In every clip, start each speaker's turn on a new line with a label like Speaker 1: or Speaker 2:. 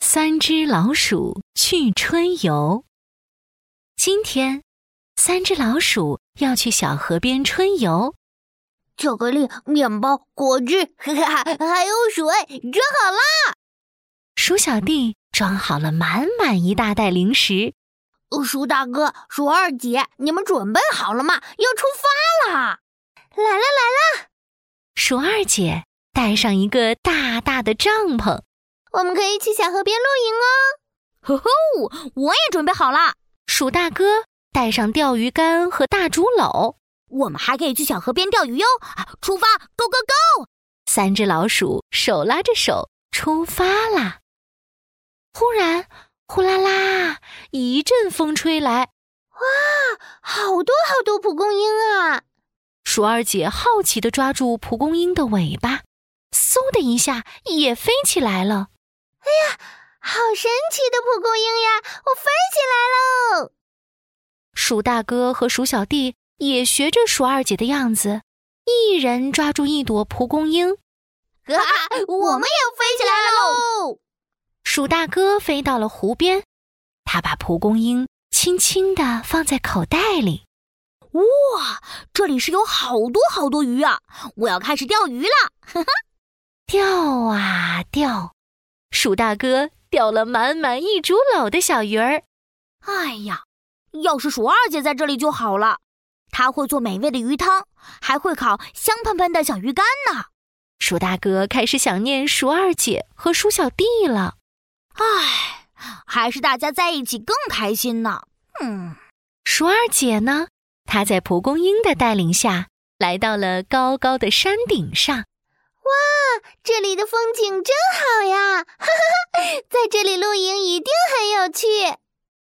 Speaker 1: 三只老鼠去春游。今天，三只老鼠要去小河边春游。
Speaker 2: 巧克力、面包、果汁，哈哈，还有水，装好啦！
Speaker 1: 鼠小弟装好了满满一大袋零食。
Speaker 2: 鼠哦大哥、鼠二姐，你们准备好了吗？要出发啦！
Speaker 3: 来了来了！
Speaker 1: 鼠二姐带上一个大大的帐篷，
Speaker 3: 我们可以去小河边露营
Speaker 4: 吼
Speaker 3: 哦。
Speaker 4: 吼，我也准备好了。
Speaker 1: 鼠大哥带上钓鱼竿和大竹篓，
Speaker 4: 我们还可以去小河边钓鱼哟、哦！出发，Go Go Go！
Speaker 1: 三只老鼠手拉着手出发啦。忽然，呼啦啦，一阵风吹来，
Speaker 3: 哇，好多好多蒲公英啊！
Speaker 1: 鼠二姐好奇地抓住蒲公英的尾巴，嗖的一下也飞起来了。
Speaker 3: 哎呀，好神奇的蒲公英呀！我飞起来喽！
Speaker 1: 鼠大哥和鼠小弟也学着鼠二姐的样子，一人抓住一朵蒲 公英。
Speaker 2: 哈哈，啊我们也飞起来喽！
Speaker 1: 鼠大哥飞到了湖边，他把蒲公英轻轻地放在口袋里。
Speaker 4: 哇，这里是有好多好多鱼啊！我要开始钓鱼了，哈哈！
Speaker 1: 钓啊钓，鼠大哥钓了满满一竹篓的小鱼儿。
Speaker 4: 哎呀，要是鼠二姐在这里就好了，她会做美味的鱼汤，还会烤香喷喷的小鱼干呢。
Speaker 1: 鼠大哥开始想念鼠二姐和鼠小弟了。
Speaker 4: 唉，还是大家在一起更开心呢。嗯，
Speaker 1: 鼠二姐呢？他在蒲公英的带领下，来到了高高的山顶上。
Speaker 3: 哇，这里的风景真好呀！ 哈哈哈，在这里露营一定很有趣。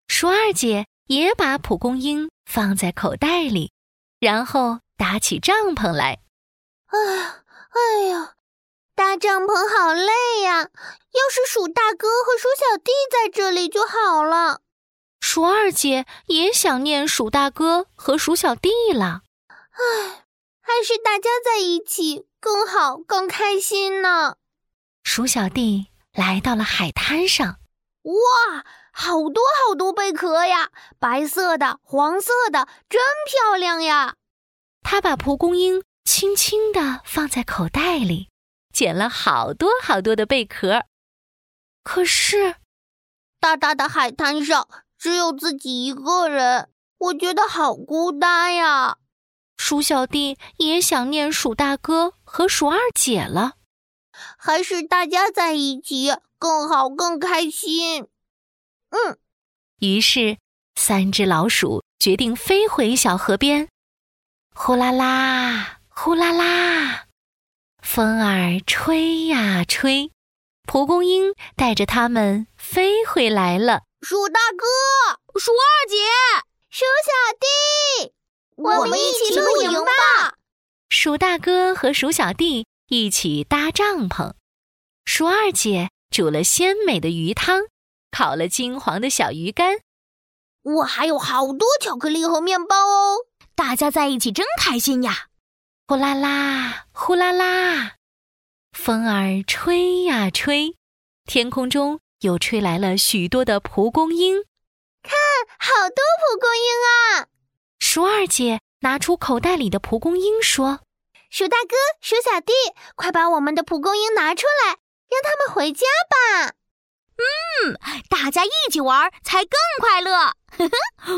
Speaker 1: 鼠二姐也把蒲公英放在口袋里，然后搭起帐篷来。
Speaker 3: 啊，哎呦，搭帐篷好累呀！要是鼠大哥和鼠小弟在这里就好了。
Speaker 1: 鼠二姐也想念鼠大哥和鼠小弟了，
Speaker 3: 唉，还是大家在一起更好、更开心呢。
Speaker 1: 鼠小弟来到了海滩上，
Speaker 2: 哇，好多好多贝壳呀，白色的、黄色的，真漂亮呀！
Speaker 1: 他把蒲公英轻轻地放在口袋里，捡了好多好多的贝壳。可是，
Speaker 3: 大大的海滩上。只有自己一个人，我觉得好孤单呀。
Speaker 1: 鼠小弟也想念鼠大哥和鼠二姐了，
Speaker 3: 还是大家在一起更好、更开心。嗯，
Speaker 1: 于是三只老鼠决定飞回小河边。呼啦啦，呼啦啦，风儿吹呀吹，蒲公英带着它们飞回来了。
Speaker 2: 鼠大哥、
Speaker 4: 鼠二姐、
Speaker 3: 鼠小弟，
Speaker 2: 我们一起露营吧！
Speaker 1: 鼠大哥和鼠小弟一起搭帐篷，鼠二姐煮了鲜美的鱼汤，烤了金黄的小鱼干。
Speaker 2: 我还有好多巧克力和面包哦！
Speaker 4: 大家在一起真开心呀！
Speaker 1: 呼啦啦，呼啦啦，风儿吹呀吹，天空中。又吹来了许多的蒲公英，
Speaker 3: 看，好多蒲公英啊！
Speaker 1: 鼠二姐拿出口袋里的蒲公英，说：“
Speaker 3: 鼠大哥、鼠小弟，快把我们的蒲公英拿出来，让他们回家吧。”
Speaker 4: 嗯，大家一起玩才更快乐。呵呵，